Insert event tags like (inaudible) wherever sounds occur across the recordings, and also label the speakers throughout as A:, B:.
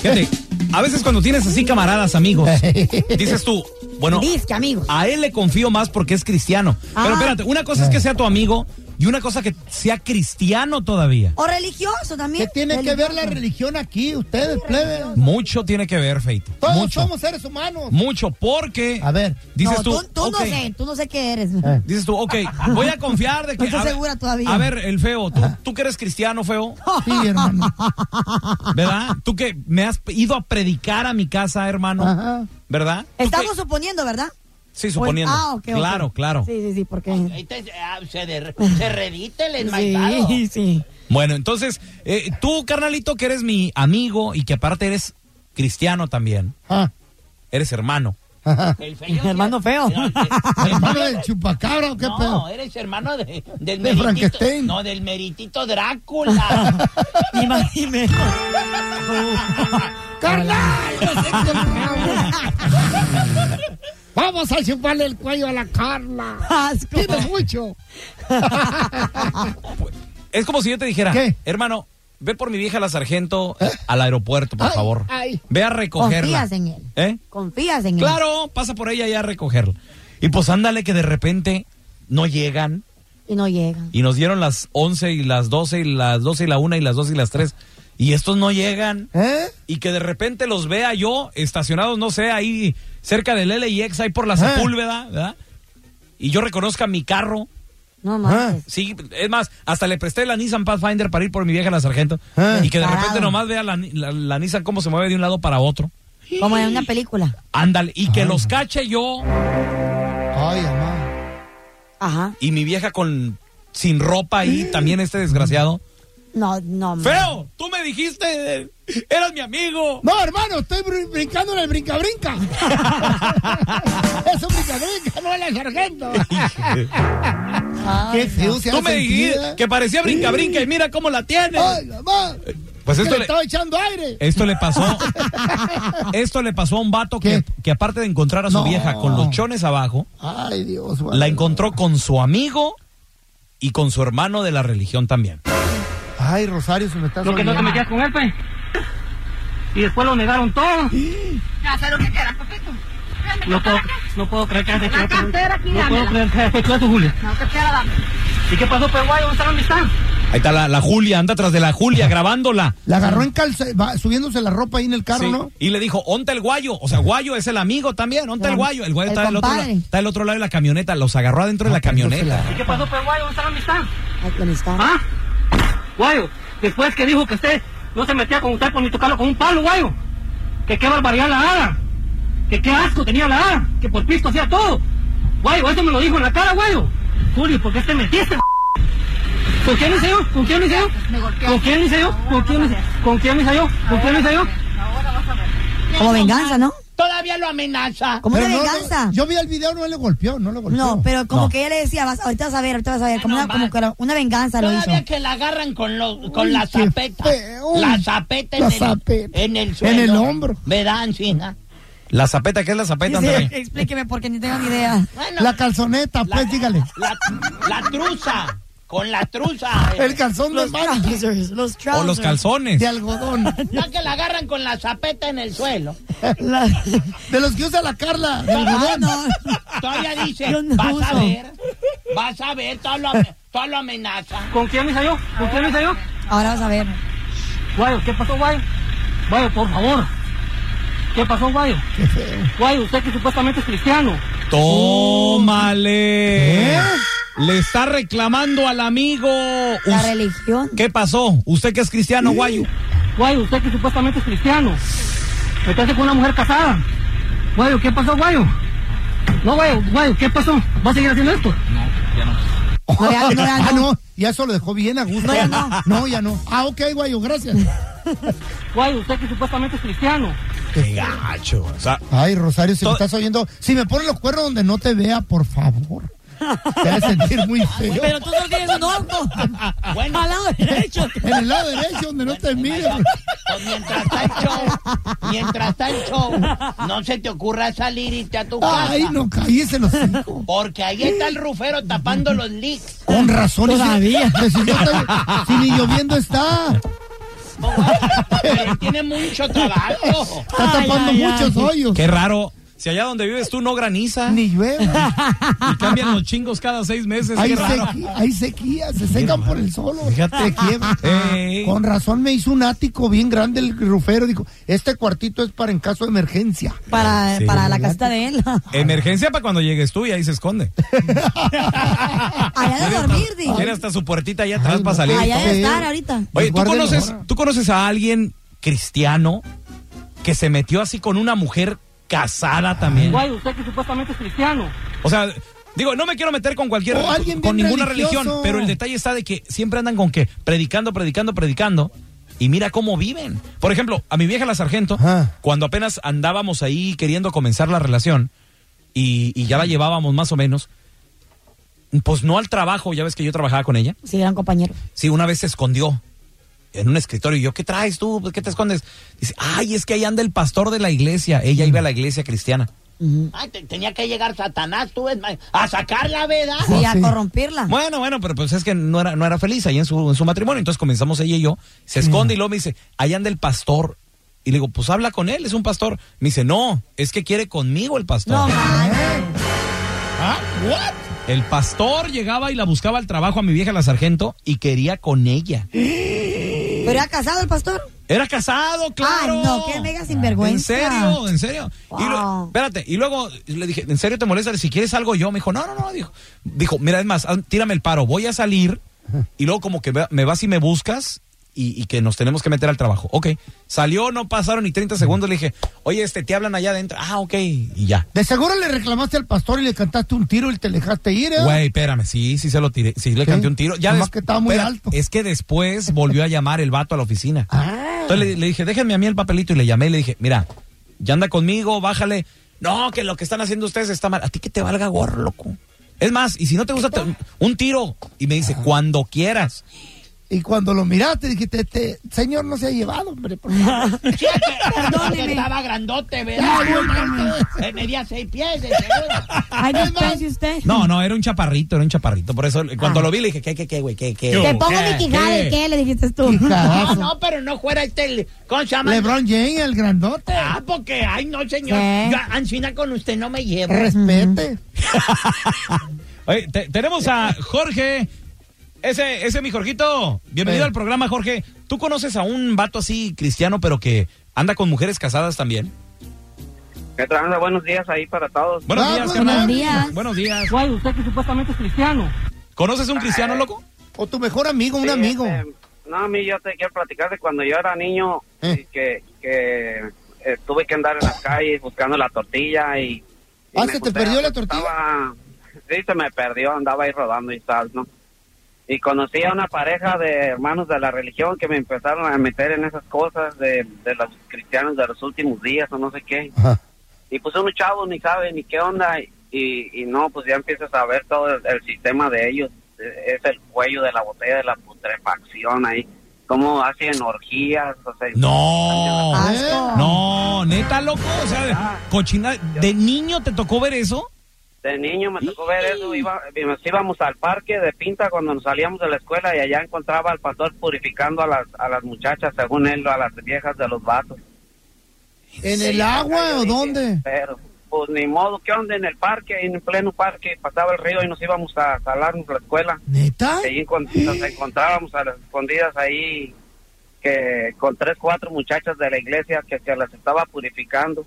A: Fíjate, a veces cuando tienes así camaradas,
B: (laughs)
A: amigos, dices tú, bueno,
B: Disque, amigos.
A: a él le confío más porque es cristiano. Pero
B: Ah.
A: espérate, una cosa es que sea tu amigo y una cosa que sea cristiano todavía.
B: O religioso también.
C: ¿Qué tiene que ver la
B: Religioso.
C: religión aquí, ustedes, plebe?
A: Mucho tiene que ver, Feito.
C: Todos
A: mucho,
C: somos seres humanos.
A: mucho, porque
C: A ver.
A: dices
B: no,
A: tú,
B: tú, tú
A: ok,
B: no sé, tú no sé qué eres. (laughs)
C: Eh.
A: Dices tú, ok, voy a confiar de que.
B: No estás
A: a ver-
B: segura todavía.
A: A ver, el feo, tú, tú que eres cristiano, feo,
C: Sí, hermano.
A: ¿verdad? Tú que me has ido a predicar a mi casa, hermano,
C: Ajá.
A: ¿verdad? Tú que-
B: Estamos suponiendo, ¿verdad?
A: Sí, suponiendo.
B: Ah, ok, ok.
A: Claro, claro.
B: Sí, sí, sí, porque.
D: Ahí te- ah, se, der- se redite el enmaizado.
B: Sí, (laughs) sí.
A: Bueno, entonces, eh, tú, carnalito, que eres mi amigo y que aparte eres cristiano también,
C: Ajá.
A: eres hermano.
C: Ajá.
D: El
B: (laughs)
D: feo sí-
B: Hermano feo.
D: No, el- el-
C: ¿Hermano del chupacabra o qué
D: no, eh.
C: pedo?
D: eres hermano de- del
C: De
D: meritito.
C: Frankenstein.
D: No, del meritito
B: (laughs)
D: Drácula.
B: Ni más
D: (laughs)
B: ni menos.
C: (laughs) Vamos a chuparle el cuello a la Carla.
B: Asco.
C: Tiene
B: (laughs)
C: mucho.
A: Es como si yo te dijera,
C: ¿Qué? ¿Eh?
A: hermano, ve por mi vieja la sargento al aeropuerto, por
C: Ay,
A: favor.
C: ay.
A: Ve a recogerla.
B: Confías en él.
A: ¿Eh?
B: Confías en él.
A: Claro, pasa por ella ya a recogerla. Y pues ándale que de repente no llegan
B: Y no llegan.
A: y nos dieron las 11 y las 12 y las 12 y la 1 y las 12 y las 3 y estos no llegan.
C: ¿Eh?
A: y que de repente los vea yo estacionados, no sé, ahí cerca del LIX, ahí por la
C: Ah.
A: Sepúlveda, ¿verdad? Y yo reconozca mi carro.
C: Ah.
B: No mames.
A: Sí, es más, hasta le presté la Nissan Pathfinder para ir por mi vieja la sargento.
C: Ah.
A: Y que de
B: Tarado.
A: repente nomás vea la, la- la Nissan cómo se mueve de un lado para otro.
B: Como en una película.
A: Ándale, y que los cache yo
C: Ah. Ay, mamá.
B: Ajá.
A: y mi vieja con sin ropa ahí, también este desgraciado.
B: No, no.
A: ¡Feo! ¡Tú me dijiste! eh, ¡Eras mi amigo!
C: No, hermano, estoy br- brincando en el brinca-brinca. (laughs) es un brinca-brinca, no es la sargento. Qué feo se
A: ¡Tú
C: ha
A: me dijiste
C: sentido.
A: que parecía brinca-brinca y mira cómo la tienes!
C: Ay, mamá.
A: Pues
C: que
A: esto
C: le
A: le-
C: estaba echando aire.
A: Esto le
C: (laughs)
A: pasó. esto le pasó a un vato que,
C: ¿Qué?
A: que aparte de encontrar a su
C: No.
A: vieja con los chones abajo,
C: Ay, Dios, bueno.
A: la encontró con su amigo y con su hermano de la religión también.
C: Ay, Rosario, se me está saliendo.
D: con él, pues. Y después lo negaron todo. No puedo, no puedo creer que este has hecho esto. No puedo creer que has hecho eso, Julia. ¿Y qué pasó, pues, guay? ¿Dónde está? ¿Dónde está?
A: Ahí está la, la Julia, anda tras de la
C: (laughs)
A: Julia grabándola.
C: La agarró en calza, va subiéndose la ropa ahí en el carro,
A: Sí,
C: ¿no?
A: Y le dijo, onta el guayo. O sea, guayo es el amigo también, onta el
B: El-
A: guayo. El guayo
B: el
A: está del, otro, la-
B: compadre.
A: está del otro lado de la camioneta, los agarró adentro de la camioneta.
D: ¿Y qué pasó, pues, guay? ¿Dónde está? ¿Dónde está?
B: Ay, con mis caras.
D: ¿Ah? Guayo, después que dijo que usted no se metía con usted por ni tocarlo con un palo, guayo. Que qué barbaridad la hada. Que qué asco tenía la hada. Que por pisto hacía todo. Guayo, eso me lo dijo en la cara, guayo. Julio, ¿por qué te metiste? ¿Con quién lo hice yo? ¿Con quién lo hice yo? ¿Con quién lo hice yo? ¿Con quién lo hice yo? ¿Con quién lo hice yo? ¿Con quién lo hice yo?
B: Como venganza, ¿no?
D: Todavía lo amenaza.
B: Como una
C: Pero no, no,
B: venganza.
C: yo vi el video, no le golpeó, no le golpeó.
B: No, pero como
A: No.
B: que ella le decía, vas, ahorita vas a ver, ahorita vas a ver. Como,
D: Ay, no
B: una, como
D: más.
B: que era una venganza lo hizo.
D: Todavía que la agarran con, lo- con
C: Uy,
D: la
C: qué
D: zapeta.
C: feo.
D: La zapeta en,
C: La
D: el,
C: zapeta.
D: en el
C: En
D: suelo.
C: el hombro.
D: ¿Verdad, Ancina?
A: La zapeta, ¿qué es la zapeta, André?
B: Sí, explíqueme porque ni tengo ni idea.
D: Bueno,
C: La calzoneta,
D: la-
C: pues, dígale.
D: La, la truza. Con la truza. eh.
C: El calzón de mano
B: Trousers, los
A: O los calzones.
D: (laughs)
C: de algodón.
D: No, que la agarran con la zapeta en el suelo.
B: La-
C: De los que usa la Carla, de
B: Ah,
C: algodón.
B: no.
D: Todavía dice,
B: Yo no
D: vas a
B: uso.
D: ver, vas a ver, todo lo, ame- todo lo amenaza. ¿Con quién me salió? ¿Con quién me salió?
B: Ahora vas a ver.
D: Guayo, ¿qué pasó, Guayo? Guayo, por favor. ¿Qué pasó, Guayo?
C: Qué feo.
D: Guayo, usted que supuestamente es cristiano.
A: ¡Tómale!
C: ¿Eh?
A: Le está reclamando al amigo.
B: La
A: Us-
B: religión.
A: ¿Qué pasó? ¿Usted que es cristiano, guayo?
D: Guayo, usted que supuestamente es cristiano. Meterse con una mujer casada. Guayo, ¿qué pasó, Guayo? No, Guayo, Guayo, ¿qué pasó? ¿Va a seguir haciendo
C: (laughs)
D: esto?
B: No, ya- no, ya
C: Ah,
B: no.
C: no, y eso lo dejó bien a gusto.
B: No, ya no.
C: (laughs) No, ya no. Ah, ok, guayo, gracias.
D: Guayo, usted que supuestamente es cristiano.
A: Qué gacho. O sea,
C: Ay, Rosario, si
A: To-
C: me estás oyendo, si me pones los cuernos donde no te vea, por favor. Te vas a sentir muy feo.
B: Pero tú solo tienes un
C: (laughs)
B: orco.
A: bueno,
B: Al lado derecho.
C: En el lado derecho, donde no te mire.
E: Pues mientras está el show, mientras está el show, no se te ocurra salir y irte a tu casa.
C: Ay, no, cállese los cinco.
E: Porque ahí está el rufero tapando los leaks.
C: (laughs) Con razón. y si-
B: Todavía.
C: pero Si, no está- si ni lloviendo está.
E: Pero tiene mucho trabajo.
C: Está
B: Ay,
C: tapando
B: ay,
C: muchos
B: ay.
C: hoyos.
A: qué raro. Si allá donde vives tú no graniza
C: Ni llueve.
A: y cambian los chingos cada seis meses,
C: Hay,
A: qué raro.
C: sequi- hay sequía, se secan por el sol. güey. Se quiebra.
A: Ey.
C: Con razón me hizo un ático bien grande el rufero. Dijo, este cuartito es para en caso de emergencia.
B: Para,
A: Sí.
B: para la casita de él. (laughs)
A: Emergencia para cuando llegues tú y ahí se esconde.
B: Allá de dormir, di.
A: Tiene hasta su puertita allá atrás para salir.
B: Allá
C: Sí.
B: de estar ahorita.
A: Oye, ¿tú
C: Pues Guárdenlo
A: conoces,
C: ahora.
A: ¿tú conoces a alguien cristiano que se metió así con una mujer casada también?
D: Guayo, usted que supuestamente es cristiano.
A: O sea, digo, no me quiero meter con cualquier
C: O alguien
A: con
C: bien
A: ninguna
C: religioso.
A: religión, pero el detalle está de que siempre andan con que predicando, predicando, predicando. Y mira cómo viven. Por ejemplo, a mi vieja la sargento,
C: Ajá.
A: cuando apenas andábamos ahí queriendo comenzar la relación y, y ya la llevábamos más o menos, pues no al trabajo, ya ves que yo trabajaba con ella.
B: Sí, eran compañeros.
A: Sí, una vez se escondió en un escritorio. Y yo, ¿qué traes tú? ¿Por ¿Qué te escondes? Dice, ay, es que ahí anda el pastor de la iglesia. Ella iba a la iglesia cristiana.
E: Ay, te- tenía que llegar Satanás, tú ves, ma- a sacar la veda.
B: Sí, a
C: sí.
B: corrompirla.
A: Bueno, bueno, pero pues es que no era, no era feliz ahí en su, en su matrimonio. Entonces comenzamos ella y yo. Se esconde y luego me dice, ahí anda el pastor. Y le digo, pues habla con él, es un pastor. Me dice, no, es que quiere conmigo el
B: No,
A: pastor.
B: man.
C: ¿Ah? ¿What?
A: El pastor llegaba y la buscaba al trabajo a mi vieja la sargento y quería con ella.
B: ¿Pero era casado el pastor?
A: Era casado, claro.
B: Ay, Ah, no, qué mega sinvergüenza.
A: En serio, en serio. Y
B: Wow.
A: lo- espérate, y luego le dije, ¿en serio te molesta? Si quieres algo yo, me dijo, no, no, no, dijo, dijo, mira, es más, ah, tírame el paro, voy a salir y luego como que me- me vas y me buscas y, y que nos tenemos que meter al trabajo. Ok, salió, no pasaron ni 30 segundos, le dije, oye, este, te hablan allá adentro. Ah, ok, y ya.
C: De seguro le reclamaste al pastor y le cantaste un tiro y te le dejaste ir, ¿eh?
A: Güey, espérame, sí, sí se lo tiré, sí le
C: Sí.
A: canté un tiro. Ya
C: Nomás
A: des-
C: que estaba muy
A: espera,
C: alto. Ah.
A: Es que después volvió a llamar el vato a la oficina. Entonces le, le dije, déjenme a mí el papelito y le llamé y le dije, mira, ya anda conmigo, bájale. No, que lo que están haciendo ustedes está mal. A ti que te valga gorro, loco. Es más, y si no te gusta, te- un tiro. Y me dice, cuando quieras.
C: Y cuando lo miraste dijiste, este señor no se ha llevado, hombre. por
F: (laughs)
C: favor".
E: Sí, que-
B: Perdóneme.
E: que Estaba grandote,
C: Ya,
E: ¿verdad? Eh, Medía seis pies, de seguro.
B: Ay, dispense usted.
A: No, no, era un chaparrito, era un chaparrito. Por eso, eh, cuando lo vi, le dije, ¿qué, qué, qué, güey? ¿Qué, qué?
B: Te pongo
A: ¿Qué?
B: mi quijada y qué le dijiste tú.
E: No,
C: Carazo.
E: no, pero no fuera este, el- ¿cómo se llama?
C: LeBron James, el grandote.
E: Ah, porque, ay, no, señor.
B: ¿Qué?
E: Yo, Ancina, con usted no me llevo.
C: Respete.
A: Oye, te- tenemos a Jorge. Ese, ese mi Jorgito. Bienvenido
C: Eh.
A: al programa, Jorge. ¿Tú conoces a un vato así cristiano, pero que anda con mujeres casadas también?
F: ¿Qué tranza? Buenos días ahí para todos.
A: Buenos
C: Ah,
A: días,
C: buenos
A: carnal.
B: pues, días.
A: Buenos días.
D: Guayo, usted que supuestamente es cristiano.
A: ¿Conoces a un cristiano, loco?
C: O tu mejor amigo, un
F: Sí,
C: amigo.
F: este, no, a mí yo te quiero platicar de cuando yo era niño
C: Eh.
F: y que, que eh, tuve que andar en las calles buscando la tortilla y... y
C: Ah,
F: me
C: ¿se te
F: junté
C: perdió
F: a-
C: la tortilla?
F: estaba- sí, se me perdió, andaba ahí rodando y tal, ¿no? Y conocí a una pareja de hermanos de la religión que me empezaron a meter en esas cosas de, de los cristianos de los últimos días o no sé qué.
C: Ajá.
F: y pues uno chavo ni sabe ni qué onda y, y no pues ya empiezas a ver todo el, el sistema de ellos Eh, es el cuello de la botella de la putrefacción ahí cómo hacen orgías o sea,
A: No.
B: Asco.
A: Oh. ¿Eh? No, neta, loco. O sea, de- cochina. ¿De niño te tocó ver eso?
F: de niño me tocó ver eso iba, nos íbamos al parque de pinta cuando nos salíamos de la escuela y allá encontraba al pastor purificando a las a las muchachas según él a las viejas de los vatos
C: ¿En el agua o dónde?
F: pero pues ni modo que onda en el parque en pleno parque pasaba el río y nos íbamos a salarnos la escuela
C: ¿Neta?
F: Ahí encon- nos encontrábamos a las escondidas ahí que con tres, cuatro muchachas de la iglesia que se las estaba purificando.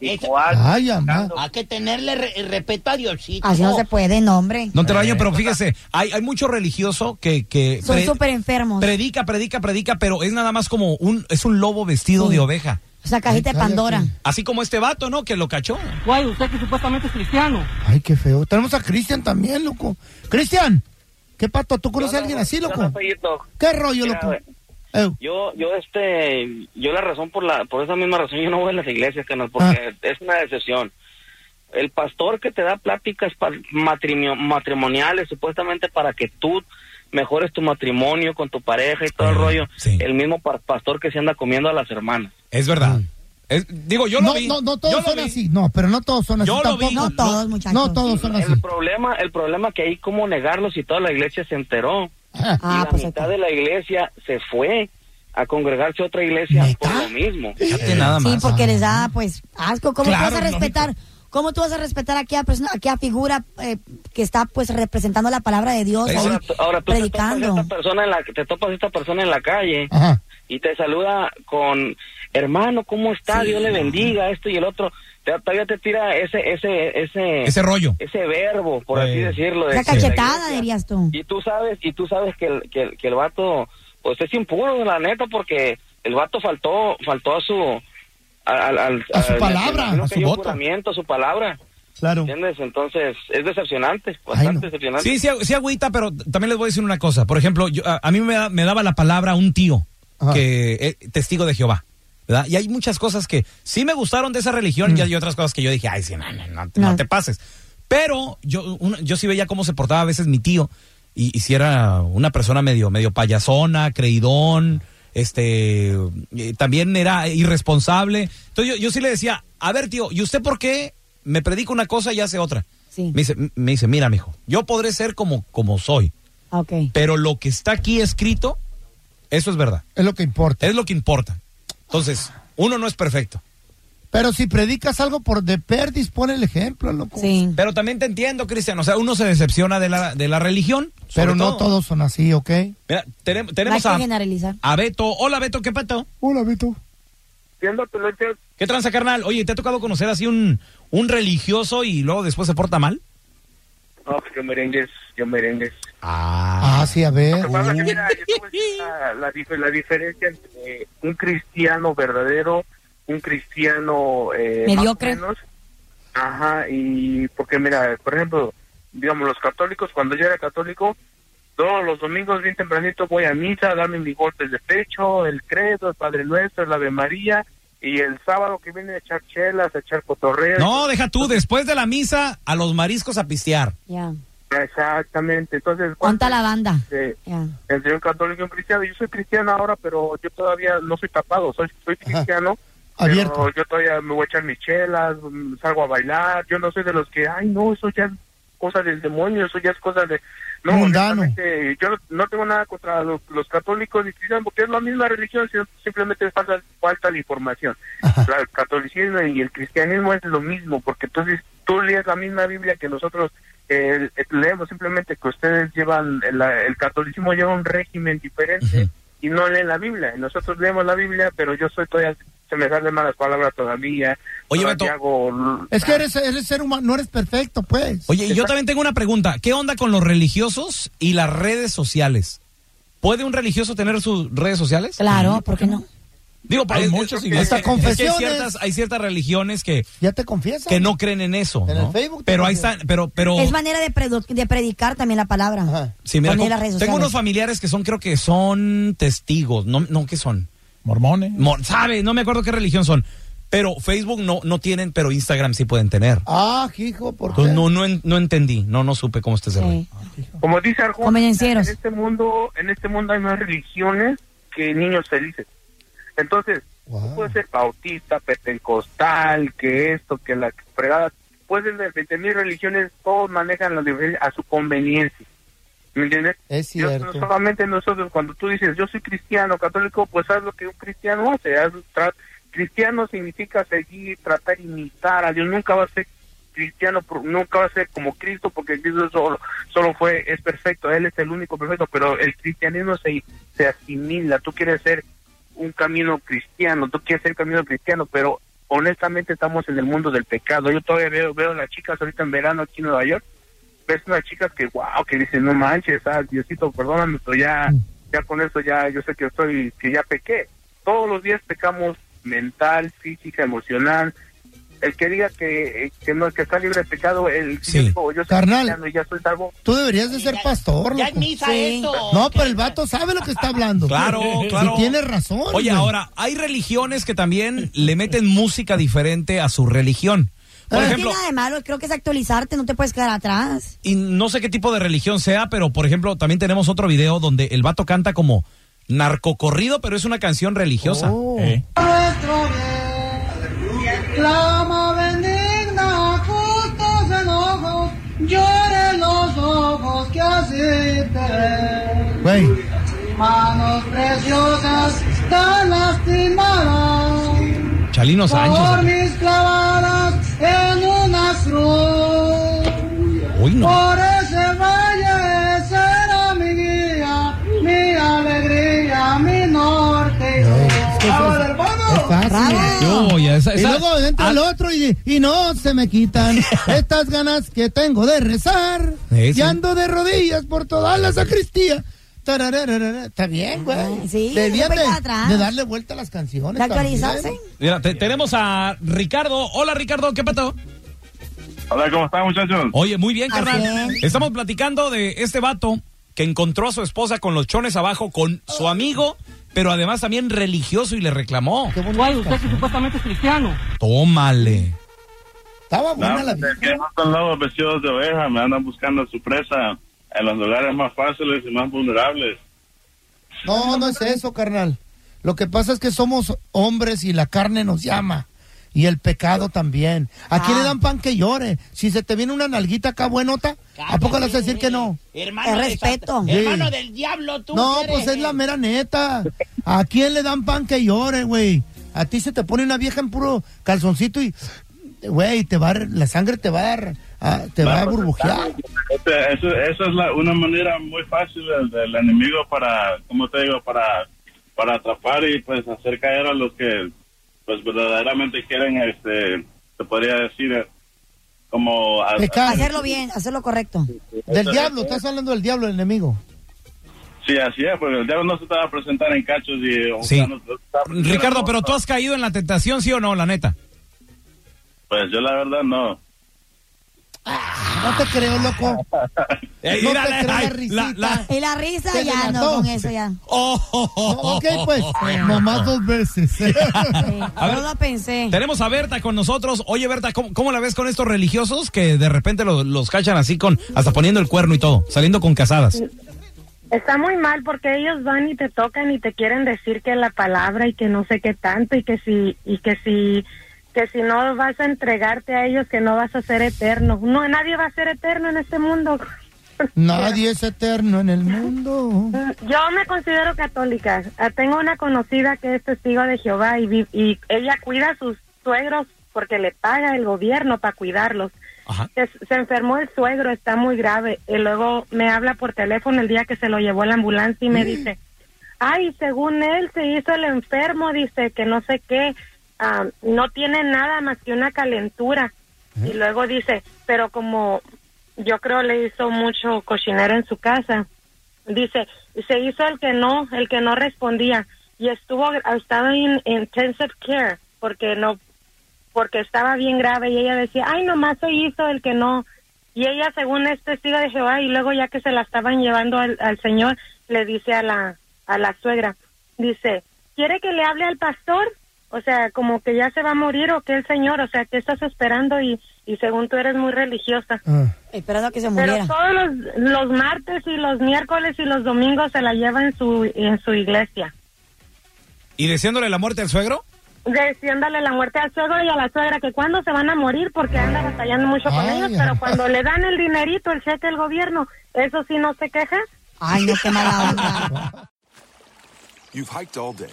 E: Esa-
F: Igual.
C: Ay, amá.
E: Hay que tenerle re- el respeto a Diosito.
B: Así no se puede, no, hombre.
A: No te lo daño, pero fíjese, hay, hay mucho religioso que, que
B: Son
A: pre-
B: súper enfermos.
A: predica, predica, predica, pero es nada más como un, es un lobo vestido
B: Sí.
A: de oveja.
B: O sea, cajita
C: Ay,
B: de Pandora.
C: cállate.
A: Así como este vato, ¿no? Que lo cachó.
D: Guayo, usted que supuestamente es cristiano.
C: Ay, qué feo. Tenemos a Cristian también, loco. Cristian, ¿qué pato? ¿Tú conoces a alguien así,
F: Yo no-
C: loco?
F: yo no soy esto.
C: ¿Qué rollo,
F: Mira,
C: loco?
F: güey,
C: Eh,
G: Yo, yo, este, yo la razón por la, por esa misma razón yo no voy a las iglesias, carnal, porque es una decepción. El pastor que te da pláticas pa- matrimio- matrimoniales, supuestamente para que tú mejores tu matrimonio con tu pareja y todo el
A: Ah,
G: rollo,
A: sí.
G: el mismo pa- pastor que se anda comiendo a las hermanas.
A: Es verdad. Mm. Es- digo, yo lo
C: no,
A: vi.
C: no, no
A: yo
C: todos
A: lo
C: son
A: vi.
C: así. No, pero no todos son así
A: Yo lo vi.
C: tampoco.
B: No todos, muchachos.
C: No todos son así.
G: El problema, el problema que hay cómo negarlo si toda la iglesia se enteró.
C: (laughs) Ah,
B: Ah,
G: y la
B: pues ahí
G: mitad
B: está.
G: de la iglesia se fue a congregarse a otra iglesia
C: ¿Neta?
G: por lo mismo.
A: Fíjate nada
B: Sí,
A: más. Ah.
B: porque les da, pues, asco. ¿Cómo
C: Claro,
B: tú vas a respetar? ¿Cómo tú vas a respetar a aquella persona, a aquella figura eh, que está, pues, representando la palabra de Dios ahí,
G: Ahora, ahora tú te topas,
B: predicando?
G: esta persona en la, te topas esta persona en la calle
C: Ajá.
G: y te saluda con hermano, ¿cómo está? Dios le bendiga, esto y el otro. Te- Todavía te tira ese, ese, ese,
A: Ese rollo.
G: ese verbo, por
A: Eh,
G: así decirlo. de-
B: La
G: de la
B: cachetada,
G: iglesia.
B: dirías tú.
G: Y tú sabes, y tú sabes que el, que, el- que el vato, pues es impuro, la neta, porque el vato faltó, faltó a su... al- al-
C: A su
G: al-
C: palabra,
G: me imagino que
C: a su
G: hay un
C: voto.
G: juramento, a su palabra,
C: Claro.
G: ¿entiendes? Entonces, es decepcionante, bastante
C: no.
G: decepcionante.
A: Sí, sí, sí, agüita, pero también les voy a decir una cosa. Por ejemplo, yo- a, a mí me, da- me daba la palabra un tío,
C: Ajá.
A: que eh, testigo de Jehová. ¿verdad? Y hay muchas cosas que sí me gustaron de esa religión y hay otras cosas que yo dije, ay, sí, no, no, no te,
B: No.
A: no te pases. Pero yo, una- yo sí veía cómo se portaba a veces mi tío y, y si era una persona medio, medio payasona, creidón, este, eh, también era irresponsable. Entonces yo, yo sí le decía, a ver, tío, ¿y usted por qué me predica una cosa y hace otra?
B: Sí.
A: Me dice, me dice, mira, mijo, yo podré ser como, como soy,
B: Ah, Ok.
A: pero lo que está aquí escrito, eso es verdad.
C: Es lo que importa.
A: Es lo que importa. Entonces, uno no es perfecto.
C: Pero si predicas algo por de perdis, pon el ejemplo, loco.
B: Sí.
A: Pero también te entiendo, Cristian. O sea, uno se decepciona de la, de la religión. sobre
C: Pero no
A: todo.
C: todos son así, ¿ok?
A: Mira, tenem-
B: No hay
A: tenemos
B: que
A: a,
B: generalizar.
A: a Beto. Hola, Beto, ¿qué pato?
C: Hola, Beto.
A: ¿Qué tranza, carnal? Oye, ¿te ha tocado conocer así un, un religioso y luego después se porta mal?
H: No, pues yo merengues, yo merengues.
A: Ah.
C: Ah, sí, a ver.
H: Lo que pasa es que, mira, yo te voy a decir la, la dif- la diferencia entre un cristiano verdadero, un cristiano... Eh, más o
B: Mediocre.
H: menos. Ajá, y porque mira, por ejemplo, digamos, los católicos, cuando yo era católico, todos los domingos bien tempranito voy a misa, dame mis golpes de pecho, el credo, el Padre Nuestro, el Ave María, y el sábado que viene a echar chelas, a echar cotorreos.
A: No, deja tú, después de la misa, a los mariscos a pistear.
B: Ya.
H: Exactamente, entonces...
B: ¿Cuánta la banda?
H: eh,
B: Ya.
H: entre un católico y un cristiano. Yo soy cristiano ahora, pero yo todavía no soy tapado, soy, soy cristiano.
C: Abierto.
H: Pero yo todavía me voy a echar mis chelas, mm, salgo a bailar. Yo no soy de los que, ay, no, eso ya es cosa del demonio, eso ya es cosa de. No,
C: Mundano.
H: honestamente, yo no- no tengo nada contra los, los católicos y cristianos, porque es la misma religión, sino simplemente falta, falta la información.
C: Ajá.
H: La- El catolicismo y el cristianismo es lo mismo, porque entonces tú lees la misma Biblia que nosotros eh, leemos, simplemente que ustedes llevan, el, el catolicismo lleva un régimen diferente y no leen la Biblia. Y Nosotros leemos la Biblia, pero yo soy todavía, se me salen malas palabras todavía.
A: Oye,
H: Todavía
A: Beto.
H: hago-
C: Es que eres, eres ser humano, no eres perfecto, pues.
A: Oye, y yo también tengo una pregunta. ¿Qué onda con los religiosos y las redes sociales? ¿Puede un religioso tener sus redes sociales?
B: Claro, ¿por qué no?
A: Digo, hay muchos
C: que- Hasta confesiones.
A: hay, ciertas, hay ciertas religiones que,
C: ¿Ya te confiesas?
A: que no creen en eso.
C: En
A: ¿no?
C: el Facebook
A: pero ahí
C: también.
A: están, pero, pero.
B: Es manera de, predu- de predicar también la palabra.
C: Ajá.
A: Sí, mira,
B: Poner
A: como-
B: las redes
A: tengo unos
B: sociales.
A: familiares que son, creo que son testigos. No, no ¿qué son?
I: Mormones.
A: Mo- ¿Sabe? No me acuerdo qué religión son. Pero Facebook no, no tienen, pero Instagram sí pueden tener.
C: Ah, hijo, ¿por qué? Ah,
A: Entonces, no, no, en- no entendí. No, no supe cómo este está ese rollo.
B: Sí.
H: Como dice Arjona, en
B: Convenencieros.
H: este mundo, en este mundo hay más religiones que niños felices. Entonces,
C: Wow.
H: tú puedes ser bautista, pentecostal, que esto, que la fregada, puedes ser de 20 mil religiones, todos manejan las diferencias a su conveniencia. ¿Me entiendes?
C: Es
H: Yo-
C: cierto.
H: solamente nosotros, cuando tú dices yo soy cristiano, católico, pues haz lo que un cristiano hace. haz- tra- cristiano significa seguir, tratar, imitar a Dios. Nunca va a ser cristiano, por- nunca va a ser como Cristo, porque Cristo solo, solo fue, es perfecto, Él es el único perfecto, pero el cristianismo se, se asimila. Tú quieres ser un camino cristiano, tú quieres ser camino cristiano, pero honestamente estamos en el mundo del pecado. Yo todavía veo, veo las chicas ahorita en verano aquí en Nueva York ves unas chicas que, wow, que dicen, no manches, ah, Diosito, perdóname, pero ya, ya con eso ya, yo sé que estoy, que ya pequé. Todos los días pecamos mental, física, emocional, el que diga que, eh, que no, que está libre de pecado, el que
A: Sí.
H: yo digo, yo soy
C: Carnal.
H: cristiano y ya soy salvo.
C: (laughs) Tú deberías de ser pastor.
E: Ya es
C: loco.
E: misa
B: Sí.
E: esto.
C: No, pero el vato sabe lo que está hablando.
A: Claro, claro.
C: Y tiene razón.
A: Oye,
C: güey.
A: ahora, hay religiones que también le meten música diferente a su religión. Por
C: Ah,
B: no
A: ejemplo,
B: tiene nada de malo, creo que es actualizarte, no te puedes quedar atrás.
A: y no sé qué tipo de religión sea, pero por ejemplo, también tenemos otro video donde el vato canta como narcocorrido, pero es una canción religiosa.
C: Oh.
A: Eh.
J: nuestro bien. Clama benigna, justos enojos, lloren los ojos que así te ven.
C: Güey,
J: Manos preciosas tan lastimadas
A: Chalino
J: por
A: Sánchez.
J: mis clavadas en una cruz.
A: Uy, no.
J: Por ese valle será mi guía, mi alegría, mi norte.
C: que eso
J: Ahora,
C: es-
J: hermano.
C: es fácil.
A: Qué olla, esa-
C: Y
A: esa-
C: luego entra
A: ah,
C: el otro y, y no se
A: (laughs)
C: me quitan estas ganas que tengo de rezar.
A: Sí, sí.
C: Y ando de rodillas por toda la sacristía. Tarararara. Está bien, güey.
B: Ay, sí,
C: Debían
B: no
C: de,
B: se puede quedar atrás.
C: de darle vuelta a las canciones.
B: ¿De actualizarse?
C: también.
A: Mira, te- tenemos a Ricardo. Hola, Ricardo, ¿qué pato?
H: Hola, ¿cómo están, muchachos?
A: Oye, muy bien,
B: Así
A: carnal.
B: es.
A: Estamos platicando de este vato que encontró a su esposa con los chones abajo con su amigo, pero además también religioso y le reclamó.
C: Qué bonita
D: Guay, usted que
C: canción.
D: supuestamente es cristiano.
A: Tómale.
C: Estaba
H: No,
C: buena la
H: pues,
C: vida.
H: es que no están los vestidos de oveja, me andan buscando su presa en los lugares más fáciles y más vulnerables.
C: No, no es eso, carnal. Lo que pasa es que somos hombres y la carne nos llama. Y el pecado también. Aquí
B: Ah.
C: le dan pan que llore. Si se te viene una nalguita acá buenota, ¿a poco le vas a decir que no?
E: Hermano
B: Es
E: de
B: respeto.
E: Satan-
C: Sí.
E: Hermano del diablo, tú. eh.
C: No,
E: que
C: pues
E: eres
C: es la
E: el-
C: mera neta. ¿A quién le dan pan que llore, güey? A ti se te pone una vieja en puro calzoncito y, güey, te va, a re- la sangre te va a, dar- a- te va a burbujear.
H: Este, eso, esa es la, una manera muy fácil del, del enemigo para, ¿cómo te digo? Para, para atrapar y pues hacer caer a los que pues verdaderamente quieren, este, se podría decir, eh, como... a-
C: Pecar.
B: Hacerlo bien, hacerlo correcto.
C: Del diablo, estás hablando del diablo, el enemigo.
H: Sí, así es, porque el diablo no se te va a presentar en cachos y... o
A: Sí.
H: sea, no se te va a presentar
A: Ricardo,
H: en
A: pero tú
H: cosas.
A: has caído en la tentación, ¿sí o no? La neta.
H: Pues yo la verdad no.
C: No te creo, loco.
A: Eh,
C: No
A: mira,
C: te
A: la-
C: creo la
A: ay,
C: risita.
A: la-
B: Y la risa
C: Te
B: ya no,
C: delató.
B: con eso ya.
A: Oh, (laughs) oh, oh, oh,
C: Ok,
A: oh,
C: pues,
A: oh.
C: nomás dos veces.
B: Sí,
A: A ver.
B: no lo pensé.
A: Tenemos a Berta con nosotros. Oye, Berta, ¿cómo, cómo la ves con estos religiosos que de repente lo- los cachan así con, hasta poniendo el cuerno y todo, saliendo con casadas?
K: Está muy mal porque ellos van y te tocan y te quieren decir que la palabra y que no sé qué tanto y que si y que si que si no vas a entregarte a ellos que no vas a ser eterno. No, nadie va a ser eterno en este mundo.
C: Nadie es eterno en el mundo.
K: Yo me considero católica. Ah, Tengo una conocida que es testigo de Jehová y, vi- y ella cuida a sus suegros porque le paga el gobierno para cuidarlos.
A: Ajá.
K: Se, se enfermó el suegro, está muy grave. Y luego me habla por teléfono el día que se lo llevó la ambulancia y me dice, ay, según él se hizo el enfermo, dice que no sé qué, ah, no tiene nada más que una calentura. Y luego dice, pero como yo creo le hizo mucho cochinero en su casa, dice, se hizo el que no, el que no respondía y estuvo, ha estado en intensive care porque no porque estaba bien grave y ella decía, ay, nomás se hizo el que no. Y ella, según es testigo de Jehová, y luego ya que se la estaban llevando al, al Señor, le dice a la, a la suegra, dice, ¿quiere que le hable al pastor? O sea, como que ya se va a morir o que el Señor, o sea, ¿qué estás esperando? Y, y según tú eres muy religiosa.
C: Ah.
B: Esperando a que se
K: Pero
B: muriera.
K: todos los, los martes y los miércoles y los domingos se la lleva en su, en su iglesia.
A: ¿Y deseándole la muerte al suegro?
K: Deseándole la muerte al suegro y a la suegra que cuando se van a morir porque anda batallando mucho con
C: Ay,
K: ellos,
C: ay.
K: pero cuando le dan el dinerito, el cheque del gobierno, eso sí no se queja.
B: Ay, no, qué mala onda.
L: You've hiked all day,